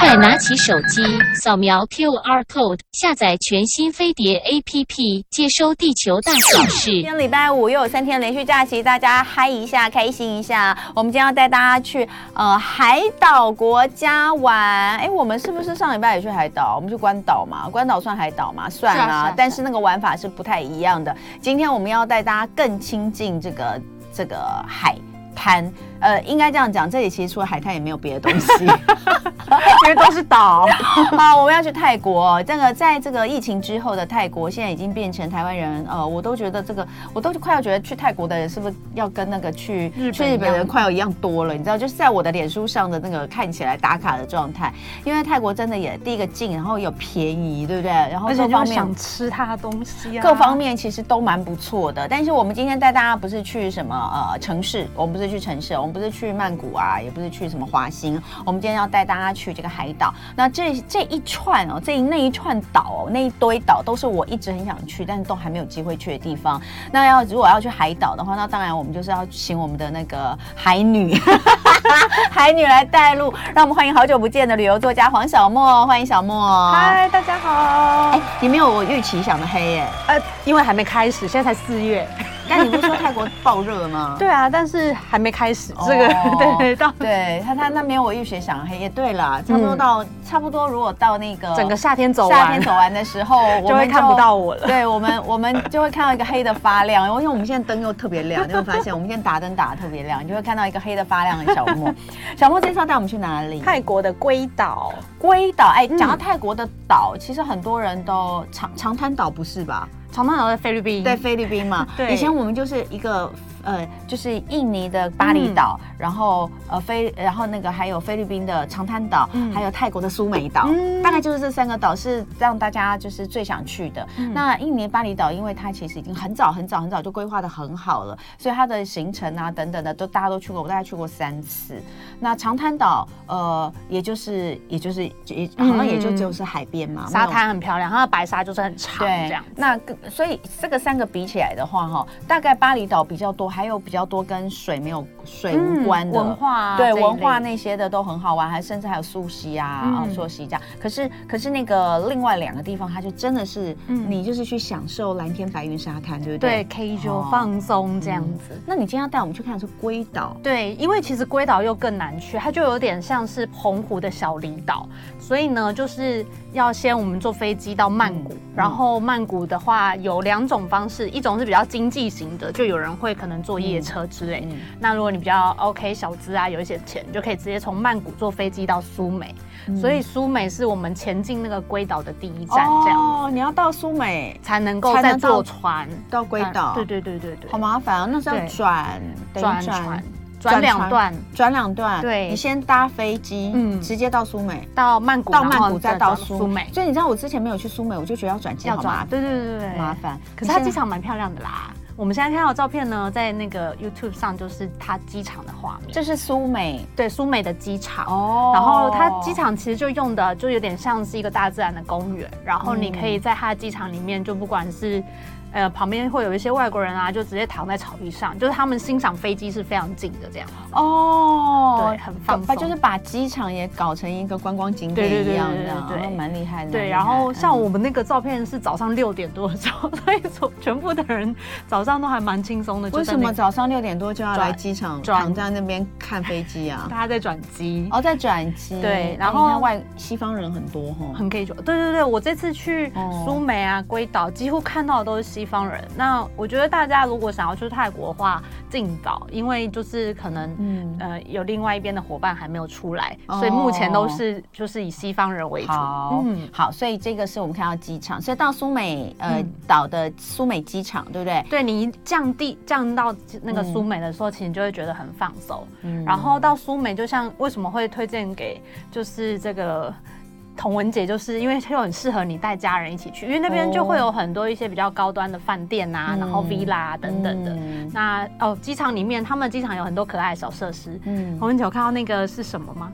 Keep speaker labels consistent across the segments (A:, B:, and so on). A: 快拿起手机，扫描 QR code，下载全新飞碟 APP，接收地球大小
B: 今
A: 事。
B: 天礼拜五又有三天连续假期，大家嗨一下，开心一下。我们今天要带大家去呃海岛国家玩。哎，我们是不是上礼拜也去海岛？我们去关岛嘛？关岛算海岛吗？算
C: 算
B: 啊
C: 算，
B: 但是那个玩法是不太一样的。今天我们要带大家更亲近这个这个海。滩，呃，应该这样讲，这里其实除了海滩也没有别的东西， 因为都是岛。好，我们要去泰国。哦这个在这个疫情之后的泰国，现在已经变成台湾人，呃，我都觉得这个，我都快要觉得去泰国的人是不是要跟那个去
C: 日本
B: 去日本
C: 一样
B: 人快要一样多了？你知道，就是在我的脸书上的那个看起来打卡的状态，因为泰国真的也第一个近，然后有便宜，对不对？然后
C: 而
B: 各
C: 且就
B: 方面
C: 想吃它的东西啊，
B: 各方面其实都蛮不错的。但是我们今天带大家不是去什么呃城市，我们不是去城市，我们不是去曼谷啊，也不是去什么华兴，我们今天要带大家去这个海岛。那这这一串哦，这那一串岛、哦、那一堆岛都是我一直很想去，但是都还没有机会去的地方。那要如果要去海岛的话，那当然我们就是要请我们的那个海女， 海女来带路。让我们欢迎好久不见的旅游作家黄小莫，欢迎小莫。
C: 嗨，大家好
B: 哎。，你没有我预期想的黑耶、
C: 呃，因为还没开始，现在才四月。
B: 但你不是说泰国爆热吗？
C: 对啊，但是还没开始，
B: 哦
C: 这个对 对到嗯
B: 对，他他那边我预学想黑也对啦，差不多到、差不多，如果到那个
C: 整个夏天走
B: 夏天
C: 完
B: 走完的时候，我
C: 就会看不到。我 了。
B: 对我们，我们就会看到一个黑的发亮，因为我们现在灯又特别 亮，你会发现我们现在打灯打的特别亮，你就会看到一个黑的发亮的小 莫。小莫这次要带我们去哪里？
C: 泰国的龟岛，
B: 龟岛。哎，
C: 嗯
B: 讲到泰国的岛，其实很多人都长长滩岛不是吧？
C: 长滩岛在菲律宾，
B: 对菲律宾嘛，
C: 嗯对
B: 以前我们就是一个呃，就是印尼的巴厘岛，
C: 嗯
B: 然后呃菲，然后那个还有菲律宾的长滩岛，
C: 嗯
B: 还有泰国的苏梅岛，
C: 嗯
B: 大概就是这三个岛是让大家就是最想去的。
C: 嗯
B: 那印尼巴厘岛，因为它其实已经很早很早很早就规划的很好了，所以它的行程啊等等的都大家都去过，我大概去过三次。那长滩岛，呃，也就是也就是也好像也就
C: 嗯嗯嗯
B: 只有是海边嘛，
C: 沙
B: 没有
C: 滩很漂亮，它的白沙就是很长
B: 对，
C: 这样。
B: 那跟所以这个三个比起来的话，哈，大概巴厘岛比较多，还有比较多跟水没有水无关的、
C: 嗯文。化啊
B: 对
C: 这一类
B: 文化那些的都很好玩，还甚至还有素溪啊、啊
C: 嗯
B: 溯溪这样。可是可是那个另外两个地方，它就真的是、
C: 嗯
B: 你就是去享受蓝天白云沙滩，对不对？
C: 对 K 就
B: 哦
C: 放松这样子。
B: 那你今天要带我们去看的是龟岛，
C: 对，因为其实龟岛又更难去，它就有点像是澎湖的小离岛，所以呢，就是要先我们坐飞机到曼谷，
B: 嗯
C: 然后曼谷的话有两种方式，一种是比较经济型的，就有人会可能坐夜车之类。
B: 嗯
C: 那如果你比较 OK 小资啊，有一些钱，你就可以直接从曼谷坐飞机到苏梅，
B: 嗯
C: 所以苏梅是我们前进那个龟岛的第一站，这样、
B: 哦，你要到苏美
C: 才能够
B: 才
C: 再
B: 能到
C: 坐船
B: 到龟岛，
C: 啊对，对对对对
B: 好，麻烦哦，那是要
C: 对
B: 转等于
C: 转船转两
B: 船
C: 段。
B: 转两段，
C: 对
B: 你先搭飞机，嗯，
C: 嗯
B: 直接到苏梅，
C: 到曼谷，
B: 到
C: 然后
B: 曼谷再到
C: 转
B: 苏
C: 梅，
B: 所以你知道我之前没有去苏梅，我就觉得要转机
C: 要
B: 好麻
C: 转，对对对对，
B: 麻。烦。
C: 可是它
B: 你
C: 机
B: 现在
C: 场蛮漂亮的啦，我们现在看到的照片呢，在那个 YouTube 上就是它机场的画面，
B: 这是苏梅
C: 对苏梅的机场。
B: 哦
C: 然后它机场其实就用的就有点像是一个大自然的公园，然后你可以在它的机场里面，就不管是，呃，旁边会有一些外国人啊，就直接躺在草地上，就是他们欣赏飞机是非常近的这样。
B: 哦
C: 对很放松
B: 把就是把机场也搞成一个观光景
C: 对
B: 点
C: 对对
B: 一样
C: 对
B: 的，
C: 对对
B: 哦蛮厉害的。蛮
C: 对，
B: 厉
C: 然后
B: 害
C: 像
B: 嗯
C: 我们那个照片是早上六点多的时候， 所以从全部的人早上都还蛮轻松的。就
B: 为
C: 在
B: 什
C: 那
B: 么
C: 个
B: 早上六点多就要来
C: 转
B: 机场，
C: 转
B: 躺在那边看飞机啊？
C: 大家在转机？
B: 哦，在转机。
C: 对
B: 哎
C: 然
B: 你
C: 后
B: 看外西方人很多哈。
C: 很可以说，对对对，我这次去
B: 哦
C: 苏梅啊、龟岛，几乎看到的都是西方人。那我觉得大家如果想要去泰国的话，尽早，因为就是可能，
B: 嗯
C: 呃，有另外一边的伙伴还没有出来，
B: 哦
C: 所以目前都是就是以西方人为主。
B: 好、
C: 嗯，
B: 好，所以这个是我们看到机场，所以到苏美呃、
C: 嗯
B: 岛的苏美机场，对不对？
C: 对你一降地降到那个
B: 嗯
C: 苏梅的时候，其实你就会觉得很放松。
B: 嗯，
C: 然后到苏梅，就像为什么会推荐给就是这个童文姐，就是因为就很适合你带家人一起去，因为那边就会有很多一些比较高端的饭店啊，
B: 嗯
C: 然后 villa 啊等等的。
B: 嗯
C: 那哦，机场里面他们机场有很多可爱的小设施。
B: 嗯
C: 童文姐有看到那个是什么吗？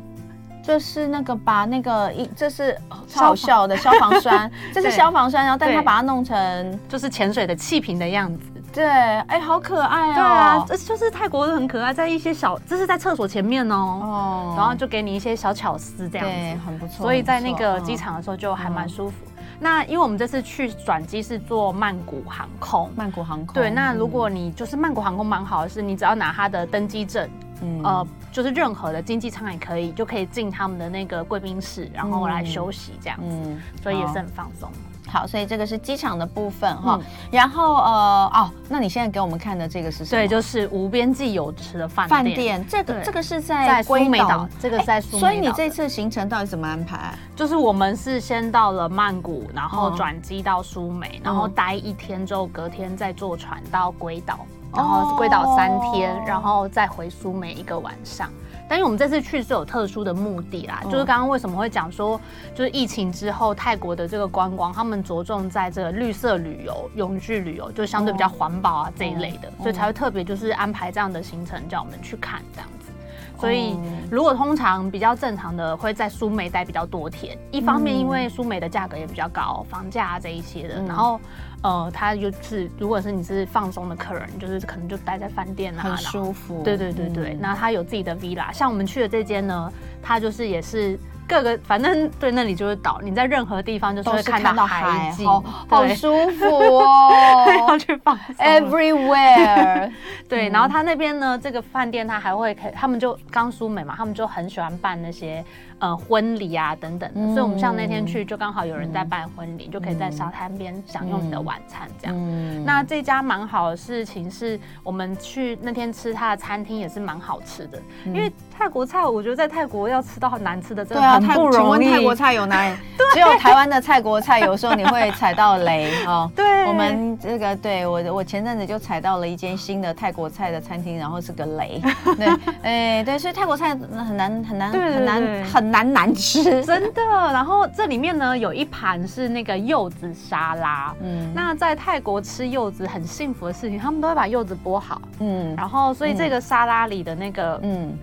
B: 这是那个把那个一，这是
C: 消
B: 超好
C: 防
B: 笑 的消防栓，这是
C: 对
B: 消防栓，然后但
C: 对
B: 他把它弄成
C: 就是潜水的气瓶的样子。
B: 对，哎，好可爱哦。
C: 对啊，这就是泰国人很可爱，在一些小，这是在厕所前面哦，
B: 哦
C: 然后就给你一些小巧思这样
B: 对，
C: 子。
B: 很不错。
C: 所以在
B: 很
C: 那
B: 不错
C: 个机，场的时候就还蛮舒服。那因为我们这次去转机是坐曼谷航空
B: 嗯，曼谷航空。
C: 对，那如果你就是曼谷航空蛮好的是，你只要拿它的登机证，
B: 嗯
C: 呃，就是任何的经济舱也可以，就可以进他们的那个贵宾室，然后来休息这样子，
B: 嗯，
C: 所以也
B: 好
C: 是很放松。
B: 好，所以这个是机场的部分哈
C: 嗯。
B: 然后呃，哦，那你现在给我们看的这个是什么？
C: 对，就是无边际泳池的饭
B: 饭
C: 店，
B: 店。这个
C: 对
B: 这个是
C: 在
B: 在
C: 苏
B: 龟
C: 梅岛哎
B: 岛，，
C: 这个是在苏梅岛
B: 所
C: 的。
B: 以你这次行程到底怎么安排？
C: 就是我们是先到了曼谷，然后
B: 嗯
C: 转机到苏梅，然后待一天之后，隔天再坐船到龟岛，
B: 哦
C: 然后龟岛三天，然后再回苏梅一个晚上。但因为我们这次去是有特殊的目的啦，
B: 嗯
C: 就是刚刚为什么会讲说，就是疫情之后泰国的这个观光，他们着重在这个绿色旅游、永续旅游，就相对比较环保啊这一类的，
B: 嗯
C: 所以才会特别就是安排这样的行程叫我们去看这样子。所以
B: 哦
C: 如果通常比较正常的会在苏梅待比较多天，一方面因为苏梅的价格也比较高，房价啊这一些的，
B: 嗯
C: 然后呃，它就是如果是你是放松的客人，就是可能就待在饭店啊，
B: 很
C: 然后
B: 舒服。
C: 对对对对，
B: 嗯
C: 那它有自己的 villa，像我们去的这间呢，它就是也是各个反正对那里就是岛，你在任何地方就是
B: 都
C: 会
B: 是
C: 看
B: 看
C: 到
B: 到
C: 海
B: 海，
C: 景，
B: 好好
C: 对
B: 舒 服
C: 对 要
B: 哦。
C: 去放松了。
B: Everywhere，嗯
C: 对，然后他那边呢，这个饭店他还会可以，他们就刚苏美嘛，他们就很喜欢办那些呃婚礼啊等等的，
B: 嗯
C: 所以我们像那天去就刚好有人在办婚礼，就可以在沙滩边享用你的晚餐 这样。
B: 嗯，
C: 那这家蛮好的事情是，我们去那天吃它的餐厅也是蛮好吃的，因为泰国菜我觉得在泰国要吃到很难吃的真
B: 嗯对
C: 的
B: 啊，
C: 很
B: 泰
C: 不
B: 请
C: 容
B: 问
C: 易。
B: 泰国菜有 哪里？只有台湾的泰国菜，有时候你会踩到 雷哦。
C: 对
B: 我们这个对我我前阵子就踩到了一间新的泰国菜的餐厅，然后是个雷。 对，哎对，所以泰国菜很难很难
C: 对对
B: 很
C: 对
B: 难很难难吃。
C: 真的，然后这里面呢有一盘是那个柚子沙拉，
B: 嗯
C: 那在泰国吃柚子很幸福的事情，他们都会把柚子剥好，
B: 嗯
C: 然后所以这个沙拉里的那个、
B: 嗯，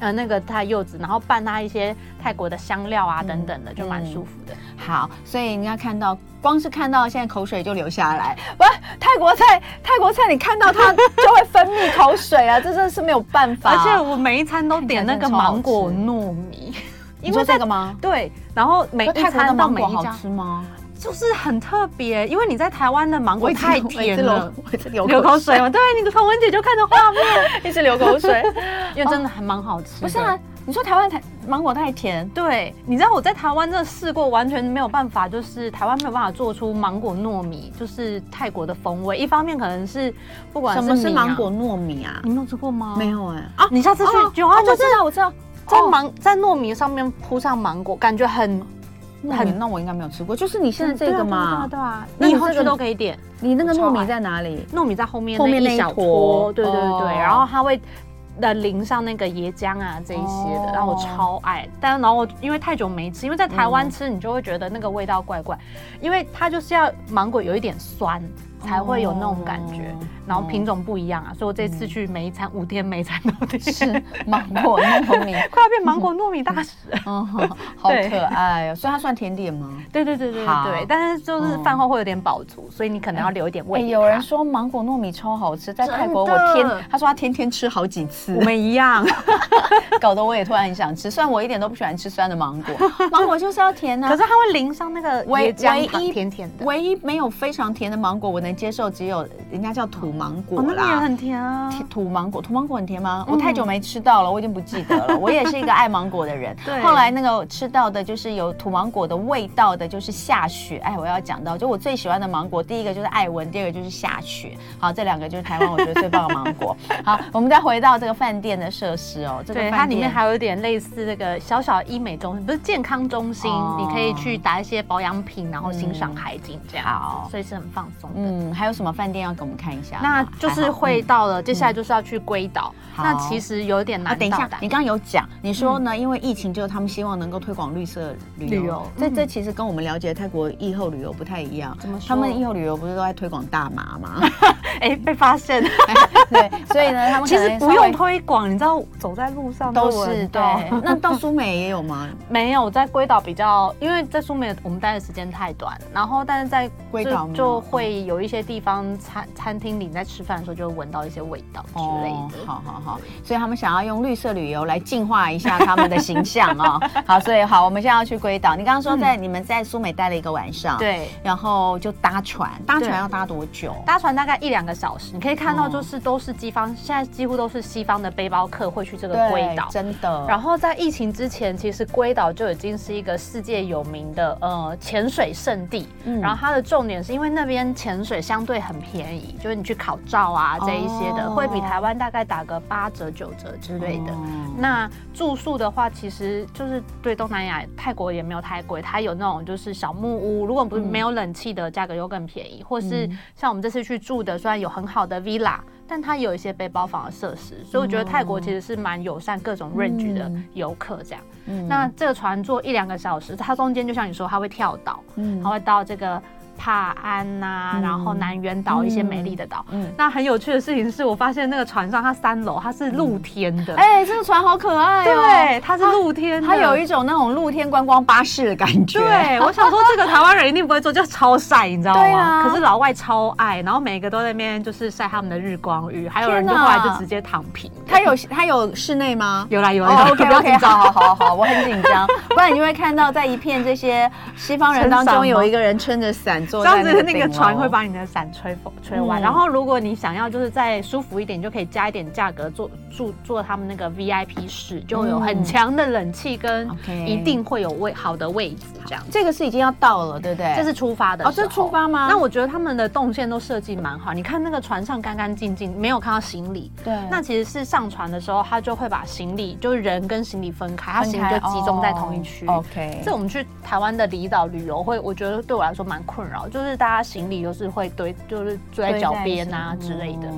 C: 呃那个它柚子，然后拌它一些泰国的香料啊等等的，就蛮舒服的。
B: 好，所以你要看到，光是看到现在口水就流下来。不，泰国菜泰国菜，你看到它就会分泌口水啊，这真的是没有办法。
C: 而且我每一餐都点那个芒果
B: 看
C: 糯米，
B: 你说这个吗？
C: 对，然后每一
B: 那嗯泰国的
C: 餐到
B: 芒
C: 每
B: 果
C: 一
B: 好
C: 家
B: 吃吗？
C: 就是很特别，因为你在台湾的芒果
B: 一直
C: 太甜了。，
B: 我一直流
C: 流口水
B: 口
C: 嘛，对，你的童文姐就看着画 面，
B: 水，一直流口 水。
C: 因为真的还蛮好吃的。
B: 不是啊，你说台湾台芒果太甜，
C: 对，你知道我在台湾真的试过，完全没有办法，就是台湾没有办法做出芒果糯米，就是泰国的风味。一方面可能是不管
B: 什
C: 是
B: 么是
C: 米啊嗯
B: 芒果，糯米啊
C: 你？没有吃过吗？
B: 没。有哎
C: 啊，你下次去
B: 哦
C: 有啊，就
B: 我
C: 是
B: 知道我知道，
C: 在
B: 哦
C: 芒在糯米上面铺上芒果，感觉很
B: 糯米
C: 很
B: 那我应该没有吃过，就是你现在这个嘛，
C: 对啊对啊对啊，
B: 那
C: 你
B: 你
C: 以后
B: 这个
C: 去都可以点。
B: 你那个
C: 超
B: 糯
C: 爱
B: 米在哪里？
C: 糯米在后面
B: 后面那
C: 一
B: 一
C: 小
B: 坨
C: 对对对
B: 哦
C: 对，然后它会。呃，淋上那个椰浆啊，这一些
B: 哦
C: 的，然后我超爱。但然后我因为太久没吃，因为在台湾吃你就会觉得那个味道怪怪，因为它就是要芒果有一点酸才会有那种感觉，
B: 哦
C: 然后品种不一样啊，所以我这次去每一餐五天每一餐都点，
B: 是芒果糯米，
C: 快要变芒果糯米大使。
B: 哦，好
C: 对
B: 可爱哦！所以它算甜点吗？
C: 对对对对
B: 好
C: 对，但是就是
B: 嗯
C: 饭后会有点饱足，所以你可能要留一点
B: 哎、
C: 胃、
B: 有人说芒果糯米超好吃，在泰国
C: 真的
B: 我天，他说他天天吃好几次
C: 我，们一样，
B: 搞得我也突然很想吃。虽然我一点都不喜欢吃酸的芒果， 芒果就是要甜
C: 可
B: 啊
C: 是。它会淋上那个
B: 唯
C: 椰浆糖
B: 唯一
C: 甜甜的。
B: 唯一没有非常甜的芒果，我能接受，只有人家叫土芒果
C: 哦，那个也
B: 啦。
C: 很甜啊。
B: 甜土芒果，土芒果很甜吗？
C: 嗯
B: 我太久没吃到了，我已经不记得了。我也是一个爱芒果的人。
C: 对
B: 后来那个吃到的就是有土芒果的味道的，就是下雪。哎，我要讲到，就我最喜欢的芒果，第一个就是艾文，第二个就是下雪。好，这两个就是台湾我觉得最棒的芒 果。好，我们再回到这个饭店的设施哦，这个饭
C: 对，
B: 店
C: 它里面还有一点类似这个小小医美中心，不是健康中心，
B: 哦
C: 你可以去打一些保养品，然后欣赏海景这样，
B: 好
C: 所以是很放松的。
B: 嗯，还有什么饭店要给我们看一下吗？
C: 那就是会
B: 还好。嗯
C: 到了，接下来就是要去龟岛。
B: 好
C: 那其实有点
B: 啊，
C: 难
B: 等一
C: 到
B: 下
C: 达，嗯
B: 你。刚刚有讲，你说呢？因为疫情，就是他们希望能够推广绿色旅游。
C: 旅游
B: 这
C: 嗯
B: 这其实跟我们了解的泰国疫后旅游不太一样。
C: 怎么说
B: 他们疫后旅游不是都在推广大麻吗？
C: 哎，被发 现。
B: 对，所以呢，他们
C: 其
B: 可
C: 实
B: 能
C: 不
B: 稍
C: 用
B: 微
C: 推广，你知道，走在路上
B: 都
C: 闻
B: 是对
C: 到。
B: 那到苏美也有吗？
C: 没有在龟岛比较，因为在苏梅我们待的时间太短，然后但是在
B: 龟岛
C: 就
B: 没有
C: 就会有一些地方餐餐厅里在吃饭的时候，就会闻到一些味道 之类
B: 哦
C: 的。，
B: 好好好，所以他们想要用绿色旅游来净化一下他们的形象 哦。好，所以好，我们现在要去龟岛。你刚刚说在、你们在苏美待了一个晚上，，
C: 嗯对，
B: 然后就搭船，搭船
C: 对
B: 要搭多久？
C: 搭船大概一两个小时，你可以看到
B: 哦
C: 就是都是西方，现在几乎都是西方的背包客会去这个
B: 对
C: 龟岛。
B: 真的。
C: 然后在疫情之前，其实龟岛就已经是一个世界有名的呃潜水圣地。
B: 嗯
C: 然后它的重点是因为那边潜水相对很便宜，就是你去考照啊这一些的，
B: 哦
C: 会比台湾大概打个八折九折之类的。
B: 哦
C: 那住宿的话，其实就是对东南亚，泰国也没有太贵，它有那种就是小木屋，如果不是没有冷气的，价格又更便宜。或是
B: 嗯
C: 像我们这次去住的，虽然有很好的 villa，但它有一些背包房的设施，所以我觉得泰国其实是蛮友善各种 range 的
B: 嗯
C: 游客这样。
B: 嗯
C: 那这个船坐一两个小时，它中间就像你说，它会跳岛，
B: 嗯
C: 它会到这个帕安呐、
B: 嗯
C: 然后南园岛一些美丽的岛。
B: 嗯
C: 那很有趣的事情是我发现那个船上它三楼它是露天的，
B: 哎、这个船好可爱哦。
C: 对，啊它是露天的，
B: 它有一种那种露天观光巴士的感觉。
C: 对，我想说这个台湾人一定不会做，就超晒，你知道吗？
B: 对啊
C: 可是老外超爱，然后每个都在那边就是晒他们的日光浴，还有人就
B: 天
C: 后
B: 哪
C: 来就直接躺平。
B: 它有它有室内吗？
C: 有啦有啦、
B: 哦
C: 有啦
B: ，OK
C: 不要
B: OK，
C: 紧
B: 好
C: 张。
B: 好好好，我很紧 张，不然你就会看到在一片这些西方人当
C: 撑伞
B: 中
C: 吗
B: 有一个人撑着伞坐
C: 这
B: 在
C: 样
B: 那个
C: 子那个
B: 顶
C: 船
B: 楼
C: 会把你的伞吹风吹完，
B: 嗯
C: 然后如果你想要就是再舒服一点，你就可以加一点价格做住做他们那个 VIP 室，就有很强的冷气跟
B: 嗯 OK
C: 一定会有位好的位置这样。
B: 这个是已经要到了，对不对？
C: 这是出发的
B: 哦，这
C: 时
B: 是
C: 候
B: 出发吗？
C: 那我觉得他们的动线都设计蛮好，你看那个船上干干净净，没有看到行李。
B: 对
C: 那其实是上船的时候，他就会把行李，就是人跟行李分开，他
B: 分
C: 行
B: 开
C: 李就集中在同一区。
B: 哦 OK
C: 这我们去台湾的离岛旅游会，我觉得对我来说蛮困扰，就是大家行李都是会堆，就是堆在脚边啊
B: 嗯
C: 之类的。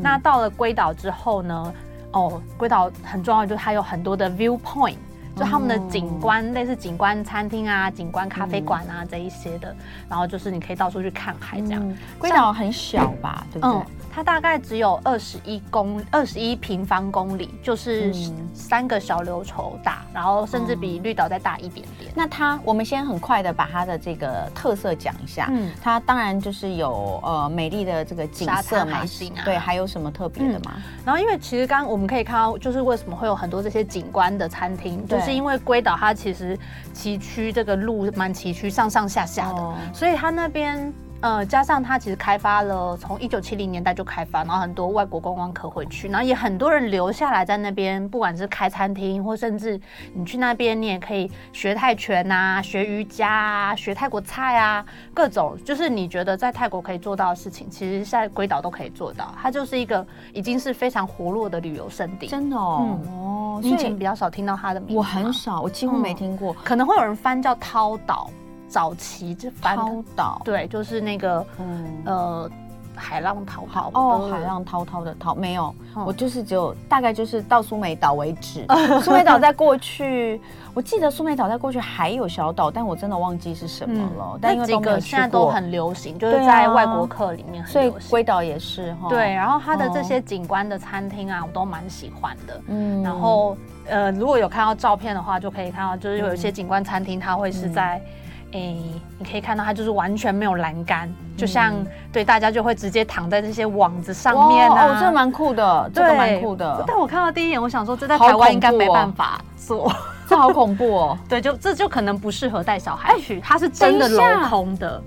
C: 那到了龟岛之后呢？哦，龟岛很重要，就是它有很多的 viewpoint，就
B: 哦
C: 他们的景观，类似景观餐厅啊、景观咖啡馆啊、这一些的。然后就是你可以到处去看海这样。
B: 嗯龟岛很小吧，对不对
C: 嗯？，它大概只有二十一公二十一平方公里，就是
B: 嗯哦
C: 三个小琉球大，然后甚至比绿岛再大一点点。
B: 那它，我们先很快的把它的这个特色讲一下。
C: 嗯
B: 它当然就是有呃美丽的这个景色
C: 沙滩
B: 嘛
C: 海景啊嗯
B: 对，还有什么特别的吗？
C: 然后因为其实刚刚我们可以看到，就是为什么会有很多这些景观的餐厅，
B: 对
C: 就是因为龟岛它其实崎岖这个路蛮崎岖，上上下下的，嗯
B: 哦
C: 所以它那边。呃，加上它其实开发了，从一九七零年代就开发，然后很多外国观光客会去，然后也很多人留下来在那边，不管是开餐厅，或甚至你去那边，你也可以学泰拳啊，学瑜伽啊，学泰国菜啊，各种就是你觉得在泰国可以做到的事情，其实在龟岛都可以做到。它就是一个已经是非常活络的旅游胜地。
B: 真的哦，
C: 嗯
B: 哦，
C: 你以
B: 所
C: 前比
B: 以
C: 较少听到它的名字吗，
B: 我很少，我几乎没
C: 嗯
B: 听过
C: 可能会有人翻叫涛岛，早期这翻
B: 涛岛。
C: 对，就是那个
B: 嗯，
C: 呃海浪淘泡
B: 哦，海浪滔滔的滔没有，
C: 嗯
B: 我就是只有大概就是到苏梅岛为 止。苏梅岛在过去，我记得苏梅岛在过去还有小岛，但我真的忘记是什么了。但因
C: 嗯那
B: 为
C: 几
B: 都没有
C: 个
B: 去
C: 现在都
B: 过，
C: 很流行，就是
B: 对啊
C: 在外国客里面
B: 所
C: 很
B: 以
C: 流行。嗯
B: 龟岛也是哈。
C: 对，，然后它的
B: 哦
C: 这些景观的餐厅啊，我都蛮喜欢的。
B: 嗯
C: 然后呃，如果有看到照片的话，就可以看到，就是有一些景观餐厅，它会是在。诶、你可以看到它就是完全没有栏杆，就像、对大家就会直接躺在这些网子上面
B: 哇
C: 啊，
B: 哦，这个蛮酷的，这
C: 对
B: 个蛮酷的，
C: 但我看到第一眼，我想说这在
B: 好
C: 台湾
B: 恐
C: 应该没
B: 怖哦
C: 办法做，
B: 这好恐怖哦！
C: 对，就这就可能不适合带小孩去，它是真的
B: 等一下
C: 镂空的，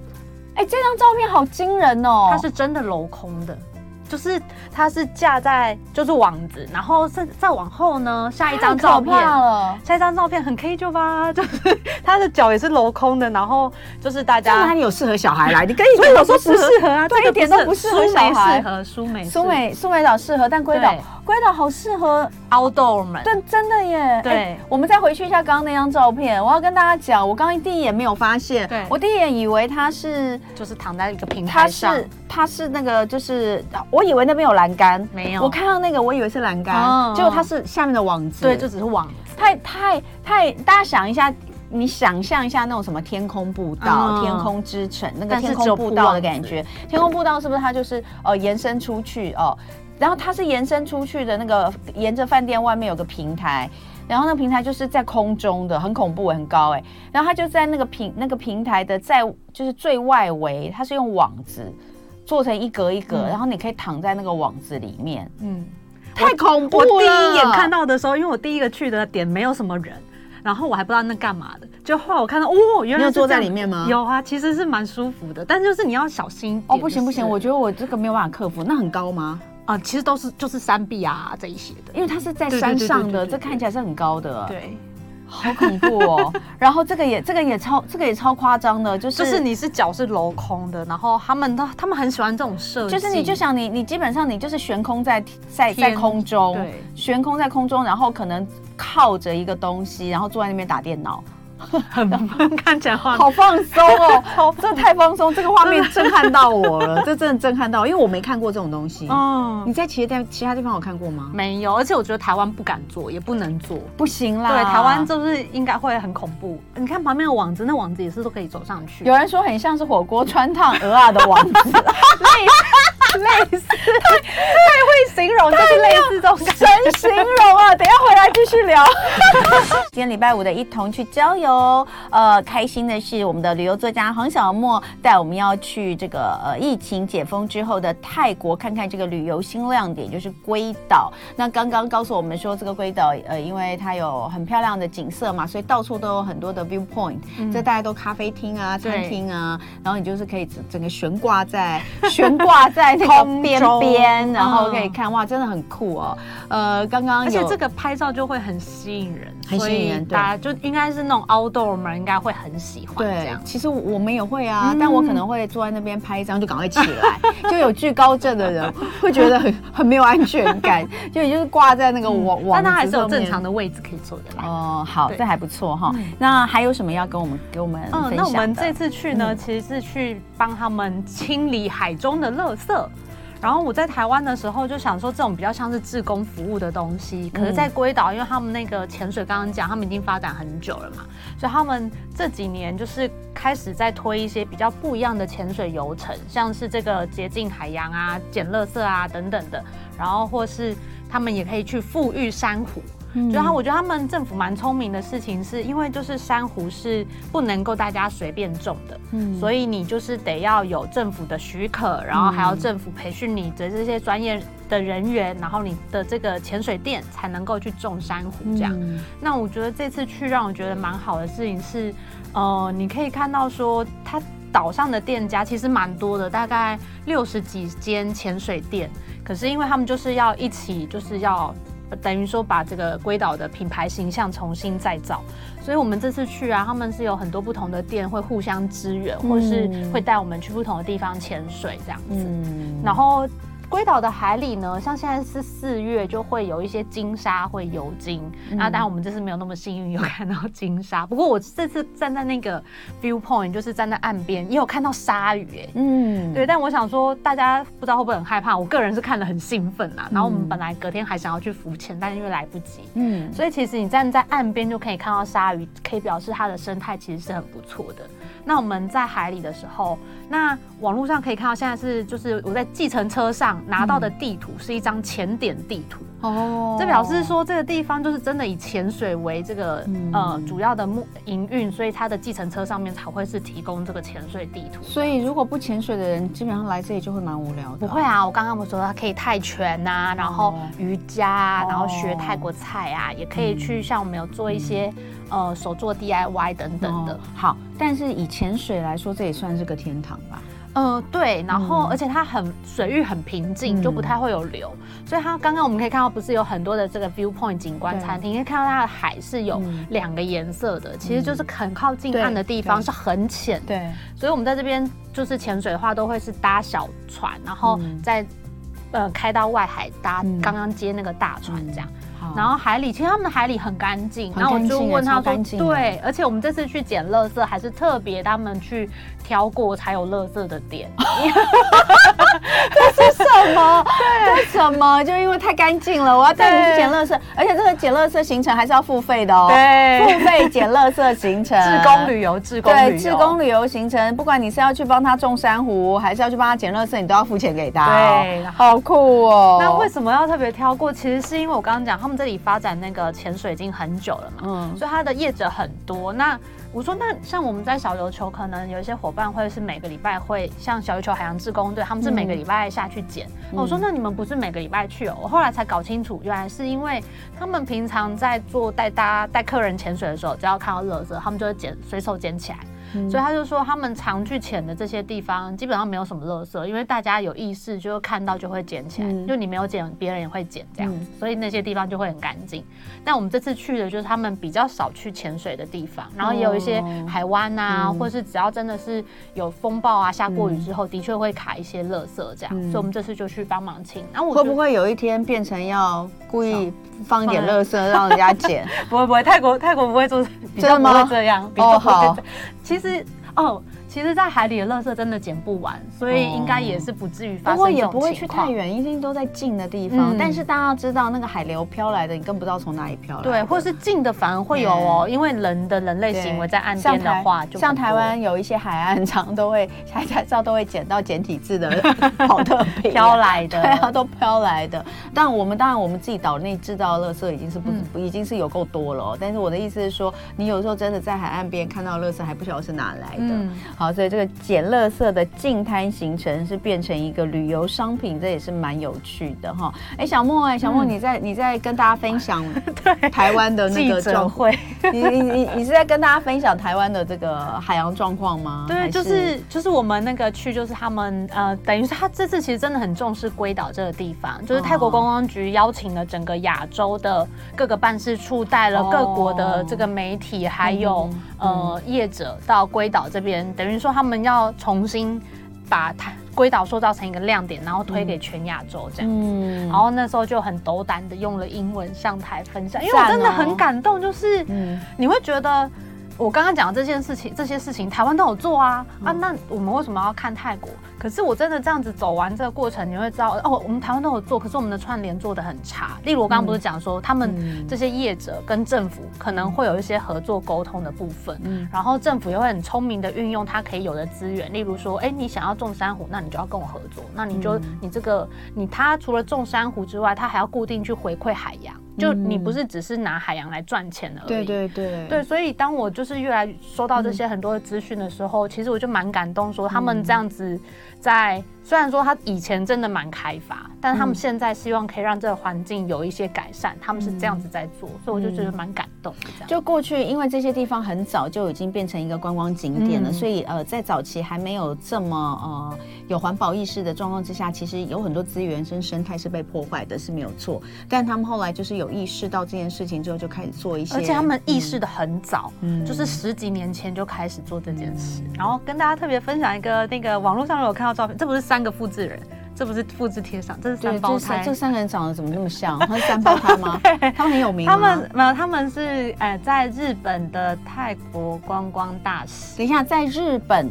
B: 哎，这张照片好惊人哦！
C: 它是真的镂空的，就是它是架在就是网子，然后再再往后呢，下一张
B: 太
C: 照
B: 可
C: 片。
B: 怕了，
C: 下一张照片很 K 就吧，就是 他的脚也是镂空的，然后就是大
B: 这哪
C: 家，
B: 里有适合小孩来？你啊跟以
C: 所以我说不适合啊，
B: 对
C: 这个
B: 一点都不适合
C: 苏
B: 小
C: 梅
B: 孩
C: 适合苏梅适合，
B: 苏梅苏梅岛适合，但龟岛
C: 对
B: 龟岛好适合
C: outdoor 们，
B: 但真的耶，
C: 对
B: 哎我们再回去一下刚刚那张照片，我要跟大家讲，我刚刚第一眼没有发现，
C: 对
B: 我第一眼以为它是
C: 就是躺在一个平
B: 它
C: 台上，
B: 是它是那个就是，我以为那边有栏杆，
C: 没有
B: 我看到那个我以为是栏杆，
C: 哦
B: 结果它是下面的网子，
C: 对，就只是网
B: 太太太，大家想一下。你想象一下那种什么天空步道、
C: 嗯
B: 天空之城那个
C: 但是
B: 天
C: 只
B: 空
C: 有
B: 步
C: 铺
B: 道的
C: 网
B: 感
C: 子
B: 觉，天空步道是不是它就是呃延伸出去哦？然后它是延伸出去的那个，沿着饭店外面有个平台，然后那个平台就是在空中的，很恐怖，很高哎。然后它就在那个平那个平台的在就是最外围，它是用网子做成一格一格，
C: 嗯
B: 然后你可以躺在那个网子里面，
C: 嗯，
B: 太恐怖
C: 我
B: 了。
C: 第一眼看到的时候，因为我第一个去的点没有什么人，然后我还不知道那干嘛的，就后来我看到，哦，原
B: 你有
C: 来是
B: 坐在
C: 这样
B: 里面吗
C: 有啊，其实是蛮舒服的，但就是你要小心一点
B: 哦，不行不行，
C: 就是
B: 我觉得我这个没有办法克服。那很高吗？
C: 啊、其实都是就是山壁啊这一些的，
B: 因为它是在
C: 对对
B: 山
C: 对
B: 上
C: 对
B: 的，
C: 对
B: 这
C: 对
B: 看起来是很高的，，
C: 对，
B: 好恐怖 哦。然后这个也这个也超这个也超夸张的，就是
C: 就是你是脚是镂空的，然后他们他他们很喜欢这种设计，
B: 就是你就想你你基本上你就是悬空在在在
C: 天
B: 空中，
C: 对
B: 悬空在空中，然后可能靠着一个东西，然后坐在那边打电脑，
C: 很 看起来画面
B: 好放松哦， 这太放松，这个画面震撼到我了，这真的震撼到，因为我没看过这种东西。
C: 嗯
B: 你在其他地其他地方有看过吗？
C: 没有，而且我觉得台湾不敢做，也不能做。
B: 不行啦，
C: 对，台湾就是应该会很恐怖。你看旁边的网子，那网子也是都可以走上去。
B: 有啊人说很像是火锅穿烫鹅啊的王子，类似类似，
C: 形容就是类似这种感觉。
B: 神形容啊！等一下回来继续聊。 今天礼拜五的一同去郊游，呃，开心的是我们的旅游作家黄小沫带我们要去这个呃疫情解封之后的泰国看看这个旅游新亮点，就是龟岛。那刚刚告诉我们说这个龟岛，呃，因为它有很漂亮的景色嘛，所以到处都有很多的 viewpoint，、这
C: 嗯
B: 大家都咖啡厅啊、餐
C: 对
B: 厅啊，然后你就是可以整整个悬挂在悬挂在那个
C: 空
B: 边
C: 中
B: 边，然后可以
C: 嗯
B: 看哇，真的很酷哦。呃，刚刚
C: 而且
B: 有
C: 这个拍照就会很吸引人，
B: 很吸引人
C: 所以
B: 对
C: 大家就应该是那种 outdoor 们应该会很喜欢这
B: 对
C: 样，。
B: 其实我我们也会啊，
C: 嗯
B: 但我可能会坐在那边拍一张就赶快起来，就有惧高症的人会觉得很 很没有安全感，就也就是挂在那个网网，
C: 嗯但它还是有正常
B: 的。
C: 的位置可以坐得来。
B: 哦，好，
C: 对
B: 这还不错哈。那还有什么要跟我们给我们
C: 嗯，
B: 分
C: 那我
B: 享
C: 们
B: 的嗯
C: 这？次去呢，其实是去帮他们清理海中的垃圾。然后我在台湾的时候就想说，这种比较像是志工服务的东西，可是，
B: 嗯
C: 在龟岛，因为他们那个潜水，刚刚讲他们已经发展很久了嘛，所以他们这几年就是开始在推一些比较不一样的潜水游程，像是这个洁净海洋啊、捡垃圾啊等等的，然后或是他们也可以去富裕珊瑚。就他，我觉得他们政府蛮聪明的事情是，因为就是珊瑚是不能够大家随便种的，
B: 嗯
C: 所以你就是得要有政府的许可，然后还要政府培训你的这些专业的人员，然后你的这个潜水店才能够去种珊瑚这样。
B: 嗯
C: 那我觉得这次去让我觉得蛮好的事情是，呃，你可以看到说它岛上的店家其实蛮多的，大概六十几间潜水店。可是因为他们就是要一起，就是要呃等于说把这个龟岛的品牌形象重新再造。所以我们这次去啊，他们是有很多不同的店会互相支援，或是会带我们去不同的地方潜水这样子。
B: 嗯
C: 然后龟岛的海里呢，像现在是四月，就会有一些金沙会游鲸。那当然我们这次没有那么幸运有看到金沙，不过我这次站在那个 viewpoint，就是站在岸边，也有看到鲨鱼、欸，
B: 嗯，
C: 对，但我想说，大家不知道会不会很害怕？我个人是看了很兴奋啦。然后我们本来隔天还想要去浮潜，但因为来不及，
B: 嗯，
C: 所以其实你站在岸边就可以看到鲨鱼，可以表示它的生态其实是很不错的。那我们在海里的时候，那网络上可以看到，现在是就是我在计程车上拿到的地图是一张潜点地图，
B: 哦
C: 这表示说这个地方就是真的以潜水为这个、
B: 嗯
C: 呃主要的目营运，所以它的计程车上面才会是提供这个潜水地图。
B: 所以如果不潜水的人，基本上来这里就会蛮无聊的。
C: 不会啊，我刚刚我说它可以泰拳呐、然后
B: 哦
C: 瑜伽啊，
B: 哦
C: 然后学泰国菜啊，也可以去像我们有做一些、呃手做 DIY 等等的
B: 嗯哦。好，但是以潜水来说，这也算是个天堂吧。
C: 嗯、对，然后、
B: 嗯
C: 而且它很水域很平静，
B: 嗯
C: 就不太会有流，所以它刚刚我们可以看到，不是有很多的这个 viewpoint 景观餐厅，你可以看到它的海是有
B: 嗯
C: 两个颜色的，其实就是很靠近岸的地方
B: 对
C: 是很浅的。
B: 对，
C: 所以我们在这边就是潜水的话，都会是搭小船，然后
B: 嗯
C: 再、呃开到外海搭
B: 嗯
C: 刚刚接那个大船这样。
B: 好
C: 然后海里其实他们的海里很干净，
B: 很
C: 然后我
B: 干
C: 就
B: 净啊
C: 问他
B: 超
C: 说
B: 干，净的
C: 对，而且我们这次去捡垃圾还是特别他们去挑过才有垃圾的 点，
B: 什么？ 对，什么？就因为太干净了，我要带你去捡垃圾，而且这个捡垃圾行程还是要付费的哦。，
C: 对，
B: 付费捡垃圾行程，
C: 志工旅游，志工旅游，
B: 呃对，志工旅游行程，不管你是要去帮他种珊瑚，还是要去帮他捡垃圾，你都要付钱给他哦。
C: 对然
B: 好酷哦。
C: 那为什么要特别挑过？其实是因为我刚刚讲，他们这里发展那个潜水已经很久了嘛，
B: 嗯
C: 所以它的业者很多。那我说那像我们在小琉球，可能有一些伙伴会是每个礼拜会，像小琉球海洋志工队，他们是每个礼拜下去
B: 嗯
C: 捡。我说那你们不是每个礼拜去哦？我后来才搞清楚，原来是因为他们平常在做带大家带客人潜水的时候，只要看到垃圾，他们就会捡随手捡起来。
B: 嗯
C: 所以他就说，他们常去潜的这些地方，基本上没有什么垃圾，因为大家有意识，就看到就会捡起来，
B: 嗯
C: 就你没有捡，别人也会捡这样，
B: 嗯
C: 所以那些地方就会很干净。但我们这次去的就是他们比较少去潜水的地方，然后也有一些
B: 哦
C: 海湾啊，
B: 嗯
C: 或是只要真的是有风暴啊、下过雨之后，的确会卡一些垃圾这样，
B: 嗯
C: 所以我们这次就去帮忙清。然后我
B: 会
C: 觉
B: 不
C: 得
B: 会有一天变成要故意放一点垃圾让人家捡？
C: 不会不会，泰国泰国不会做，比
B: 真的
C: 较不
B: 吗
C: 会这样。比较
B: 哦
C: 不会
B: 好
C: 这样其实哦，其实，在海里的垃圾真的捡不完，所以应该也是不至于
B: 不
C: 发
B: 过
C: 生这
B: 也
C: 种
B: 不会去
C: 情
B: 太
C: 况。
B: 远，一定都在近的地方。
C: 嗯
B: 但是大家要知道，那个海流飘来的，你更不知道从哪里飘来的。
C: 对，或是近的反而会有哦，因为人的人类
B: 对
C: 行为在岸边的话
B: 像台
C: 就很
B: 像台
C: 多
B: 湾有一些海岸， 常都会海驾照都会捡到简体字 的保特瓶
C: 飘。来的，
B: 对啊，都飘来的。但我们当然，我们自己岛内制造的垃圾已经是不、
C: 嗯
B: 已经是有够多了、哦。但是我的意思是说，你有时候真的在海岸边看到垃圾，还不晓得是哪来的。
C: 嗯
B: 好，所以这个捡垃圾的净滩行程是变成一个旅游商品，这也是蛮有趣的哈。哎，小莫哎，小莫，
C: 嗯
B: 你在你在跟大家分享
C: 对
B: 台湾的那
C: 记
B: 个
C: 者
B: 状况，
C: 会，
B: 你你你你是在跟大家分享台湾的这个海洋状况吗？还
C: 对，就是就是我们那个去，就是他们呃，等于是他这次其实真的很重视龟岛这个地方，就是泰国
B: 哦
C: 观光局邀请了整个亚洲的各个办事处，带了各国的这个媒体，还有
B: 哦嗯
C: 呃业者到龟岛这边，等于说他们要重新把它龟岛塑造成一个亮点，然后推给全亚洲这样。
B: 嗯
C: 然后那时候就很斗胆的用了英文上台分享，因为我
B: 哦
C: 真的很感动，就是
B: 嗯
C: 你会觉得我刚刚讲的这件事情，这些事情台湾都有做啊、啊，
B: 嗯
C: 那我们为什么要看泰国？可是我真的这样子走完这个过程，你会知道哦，我们台湾都有做，可是我们的串联做的很差。例如我刚刚不是讲说，他
B: 嗯
C: 们这些业者跟政府可能会有一些合作沟通的部分，
B: 嗯
C: 然后政府也会很聪明的运用它可以有的资源，例如说，哎，你想要种珊瑚，那你就要跟我合作，那你就、
B: 嗯
C: 你这个你它除了种珊瑚之外，它还要固定去回馈海洋，就你不是只是拿海洋来赚钱而已。
B: 对对对
C: 对，所以当我就是越来收到这些很多的资讯的时候，其实我就蛮感动，说他们这样子在、虽然说他以前真的蛮开发，但他们现在希望可以让这个环境有一些改善，他们是这样子在做，所以我就觉得蛮感动的这样。
B: 就过去，因为这些地方很早就已经变成一个观光景点了，
C: 嗯
B: 所以呃，在早期还没有这么呃有环保意识的状况之下，其实有很多资源跟生态是被破坏的，是没有错。但他们后来就是有意识到这件事情之后，就开始做一些，
C: 而且他们意识的很早，
B: 嗯
C: 就是十几年前就开始做这件事。然后跟大家特别分享一个，那个网络上有看到照片，这不是三个复制人，这不是复制贴上，这是
B: 对
C: 三胞
B: 这三
C: 胎
B: 这。三个人长得怎么那么像？他是三胞胎吗？他们很有名吗。
C: 他们没有，他们是呃，在日本的泰国观光大使，
B: 等一下，在日本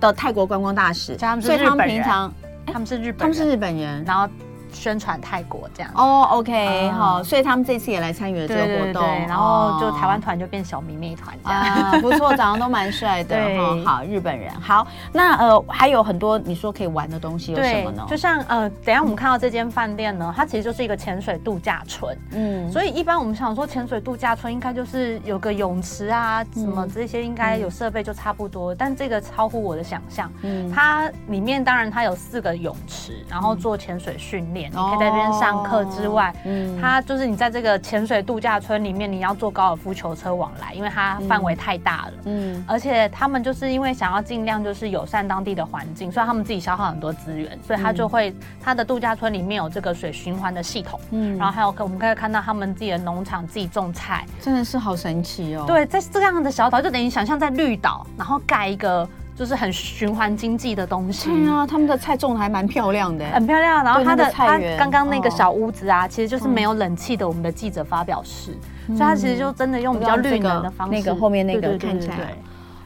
B: 的泰国观光大使，
C: 他们是
B: 所以他
C: 日
B: 们
C: 本人
B: 平常
C: 他们是日
B: 他
C: 本
B: 们是
C: 人，
B: 日本人。
C: 然后宣传泰国这样。
B: 哦，OK，
C: 啊
B: 好，所以他们这次也来参与了这
C: 对
B: 个
C: 对
B: 活
C: 对
B: 动
C: 对，，然后就
B: 哦
C: 台湾团就变小迷妹团这样。
B: 啊，不错，长得都蛮帅的
C: 对
B: 哈。好，日本人。好，那呃，还有很多你说可以玩的东西有什
C: 对
B: 么呢，？
C: 就像呃，等一下我们看到这间饭店呢，它其实就是一个潜水度假村，
B: 嗯，
C: 所以一般我们想说潜水度假村应该就是有个泳池啊，什么这些应该有设备就差不多，但这个超乎我的想象。
B: 嗯
C: 它里面当然它有四个泳池，然后做潜水训练，你可以在这边上课之外，
B: 嗯
C: 它就是你在这个潜水度假村里面，你要坐高尔夫球车往来，因为它范围太大了。
B: 嗯
C: 而且他们就是因为想要尽量就是友善当地的环境，所以他们自己消耗很多资源，所以他
B: 嗯
C: 就会、他的度假村里面有这个水循环的系统，
B: 嗯，
C: 然后还有可我们可以看到他们自己的农场自己种菜，
B: 真的是好神奇哦。，
C: 对，在这样的小岛就等于想象在绿岛，然后盖一个就是很循环经济的东西。
B: 对啊，他们的菜种的还蛮漂亮的。
C: 很漂亮，然后
B: 对
C: 它
B: 那个
C: 的
B: 菜
C: 它
B: 园嗯
C: 刚刚那个
B: 哦
C: 小屋子啊，其实就是没有冷气的我们的记者发表室，所以它其实就真的用比较
B: 嗯我知道
C: 绿
B: 这个
C: 能的方式，
B: 那个后面那个
C: 对对对
B: 看起
C: 对
B: 来
C: 对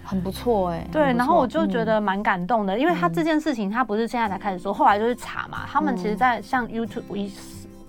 B: 很不错哎，
C: 对，
B: 很不错嗯
C: 然后我就觉得蛮感动的，因为他这件事情，他不是现在才开始说，后来就是查嘛，他们其实，在像 YouTube 一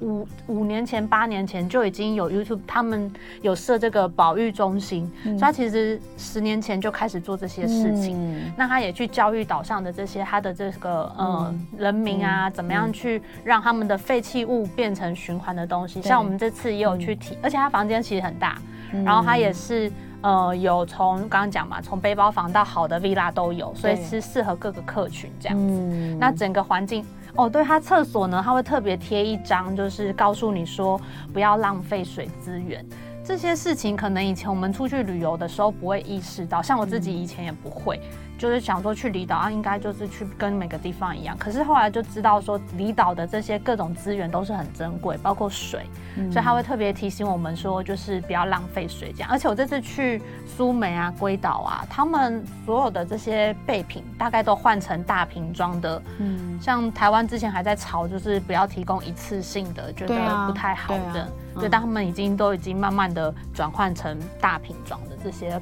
C: 五五年前、八年前就已经有 YouTube，他们有设这个保育中心，所以他其实十年前就开始做这些事情。
B: 嗯
C: 那他也去教育岛上的这些他的这个呃、人民啊，怎么样去让他们的废弃物变
B: 嗯
C: 成循环的东西。像我们这次也有去体，而且他房间其实很大，然后他也是。呃，有从刚刚讲嘛，从背包房到好的 villa 都有，所以
B: 对
C: 是适合各个客群这样。
B: 嗯，
C: 那整个环境哦，对，它厕所呢，它会特别贴一张，就是告诉你说不要浪费水资源。这些事情可能以前我们出去旅游的时候不会意识到，像我自己以前也不会，就是想说去离岛啊，应该就是去跟每个地方一样。可是后来就知道说，离岛的这些各种资源都是很珍贵，包括水，所以他会特别提醒我们说，就是不要浪费水这样。而且我这次去苏梅啊、龟岛啊，他们所有的这些备品大概都换成大瓶装的。
B: 嗯
C: 像台湾之前还在吵，就是不要提供一次性的，觉
B: 对啊
C: 得不太好
B: 对
C: 的，
B: 啊嗯
C: 但他们已经都已经慢慢的转换成大瓶装的这些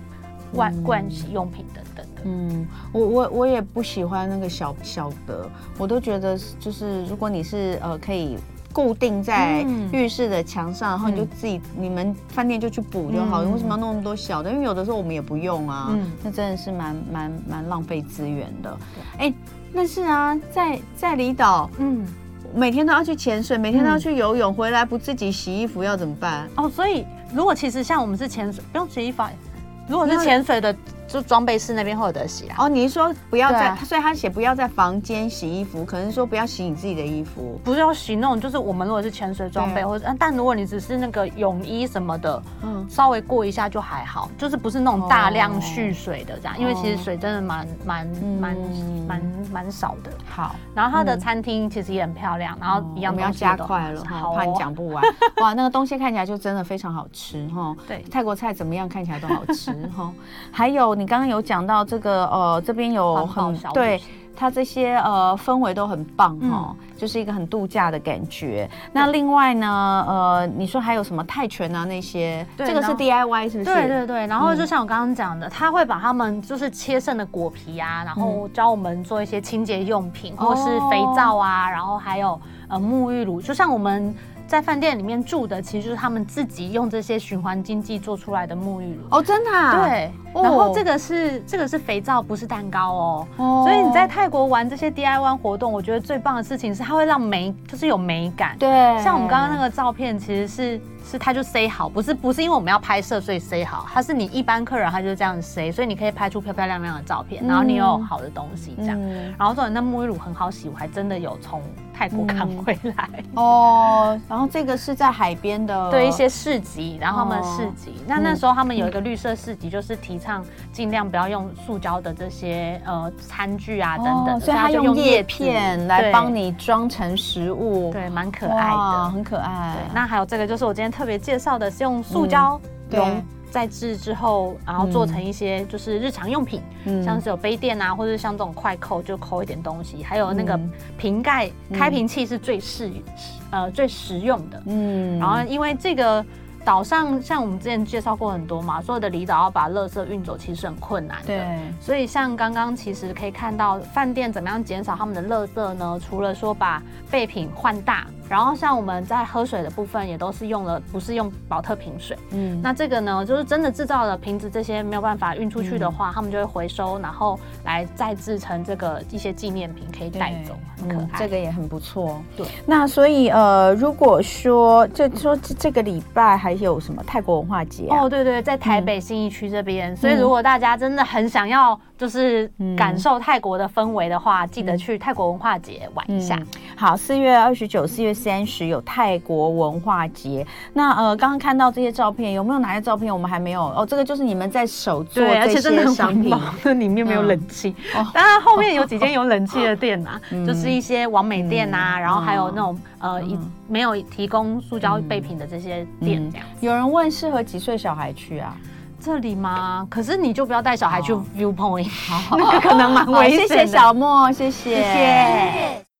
C: 罐
B: 嗯
C: 罐洗用品等等的。
B: 嗯，我我我也不喜欢那个小小的，我都觉得是就是如果你是呃可以。固定在
C: 嗯
B: 浴室的墙上，然后你就
C: 嗯
B: 自己，你们饭店就去补就好了。
C: 嗯
B: 为什么要弄那么多小的？因为有的时候我们也不用啊，
C: 嗯
B: 那真的是蛮蛮蛮浪费资源的。哎，但是啊，在在离岛
C: 嗯，
B: 每天都要去潜水，每天都要去游泳，回来不自己洗衣服要怎么办？
C: 哦，所以如果其实像我们是潜水，不用洗衣服啊，如果是潜水的，就装备室那边会有得洗啊啦。
B: 哦，你是说不要
C: 对
B: 在
C: 啊，
B: 所以他写不要在房间洗衣服，可能是说不要洗你自己的衣服。
C: 不是要洗那种，就是我们如果是潜水装
B: 对
C: 备，或者啊但如果你只是那个泳衣什么的，
B: 嗯，
C: 稍微过一下就还好，就是不是那种大量蓄水的这样，因为其实水真的蛮蛮蛮
B: 哦嗯
C: 蛮蛮少的。
B: 好，
C: 然后它的餐厅其实也很漂亮，然后一
B: 哦
C: 样
B: 我们要
C: 东西都
B: 加快了，哈
C: 好哦
B: 怕你讲不 完。哇，那个东西看起来就真的非常好吃哈。
C: 对
B: 泰国菜怎么样看起来都好吃 哈。还有你刚刚有讲到这个呃，这边有
C: 环保
B: 很
C: 小旅
B: 对
C: 行
B: 它这些呃氛围都很棒哈，
C: 嗯
B: 就是一个很度假的感觉。那另外呢，呃，你说还有什么泰拳啊那些，
C: 对
B: 这个是
C: 然后
B: DIY 是不嗯是？
C: 对对对，然后就像我刚刚讲的，他会把他们就是切剩的果皮啊，然后
B: 嗯
C: 教我们做一些清洁用品，或是
B: 哦
C: 肥皂啊，然后还有呃沐浴乳，就像我们。在饭店里面住的，其实就是他们自己用这些循环经济做出来的沐浴乳。
B: 哦，真的、啊、，
C: 对，
B: 哦
C: 然后这个是这个是肥皂，不是蛋糕哦。
B: 哦
C: 所以你在泰国玩这些 DIY 活动，我觉得最棒的事情是它会让美，就是有美感。
B: 对，
C: 像我们刚刚那个照片，其实是是它就塞好，不是不是因为我们要拍摄所以塞好，它是你一般客人他就这样塞，所以你可以拍出漂漂亮亮的照片，然后你又有好的东西这样。
B: 嗯
C: 然后重点，那沐浴乳很好洗，我还真的有从泰国看
B: 嗯
C: 回来。
B: 哦，然后这个是在海边的，
C: 对一些市集，然后他们
B: 哦嗯
C: 市集，那那时候他们有一个绿色市集，就是提倡尽量不要用塑胶的这些呃餐具啊等等的，
B: 哦所以它
C: 就
B: 用叶
C: 子
B: 片来帮，
C: 对
B: 你装成食物，
C: 对，蛮可爱
B: 哇
C: 的。
B: 很可爱
C: 对。，那还有这个就是我今天特别介绍的，是用塑胶
B: 嗯对
C: 溶再制之后，然后做成一些就是日常用品，
B: 嗯
C: 像是有杯垫啊，或者像这种快扣就扣一点东西，还有那个
B: 嗯
C: 瓶盖开瓶器是最适呃最实用的，
B: 嗯
C: 然后因为这个岛上，像我们之前介绍过很多嘛，所有的离岛要把垃圾运走其实很困难的。
B: 对，
C: 所以像刚刚其实可以看到饭店怎么样减少他们的垃圾呢？除了说把备品换大，然后像我们在喝水的部分也都是用了，不是用保特瓶水。
B: 嗯
C: 那这个呢，就是真的制造了瓶子这些没有办法运出去的话，
B: 嗯
C: 他们就会回收，然后来再制成这个一些纪念品可以
B: 对
C: 带走，很可
B: 嗯
C: 爱。
B: 这个也很不错。
C: 对，
B: 那所以呃，如果说就说这这个礼拜还有什么泰国文化节啊、
C: 哦，对对，在台北信义区这边，
B: 嗯
C: 所以如果大家真的很想要就是
B: 嗯
C: 感受泰国的氛围的话，记得去泰国文化节玩一下。
B: 好，四月二十九、四月三十有泰国文化节。那呃，刚刚看到这些照片，有没有哪些照片我们还没有？哦，这个就是你们在手做这些商品。，嗯哦
C: 那 里面没有冷气。 当然后面有几间有冷气的 店啊，
B: 嗯
C: 就是一些完美店啊，然后还有那种呃一没有提供塑胶
B: 嗯
C: 备品的这些店这样。
B: 有人问适合几岁小孩去啊？
C: 这里吗？可是你就不要带小孩去
B: 哦
C: viewpoint，那个可能蛮
B: 好，
C: 危险
B: 谢
C: 的。
B: 谢小莫，谢谢，谢
C: 谢。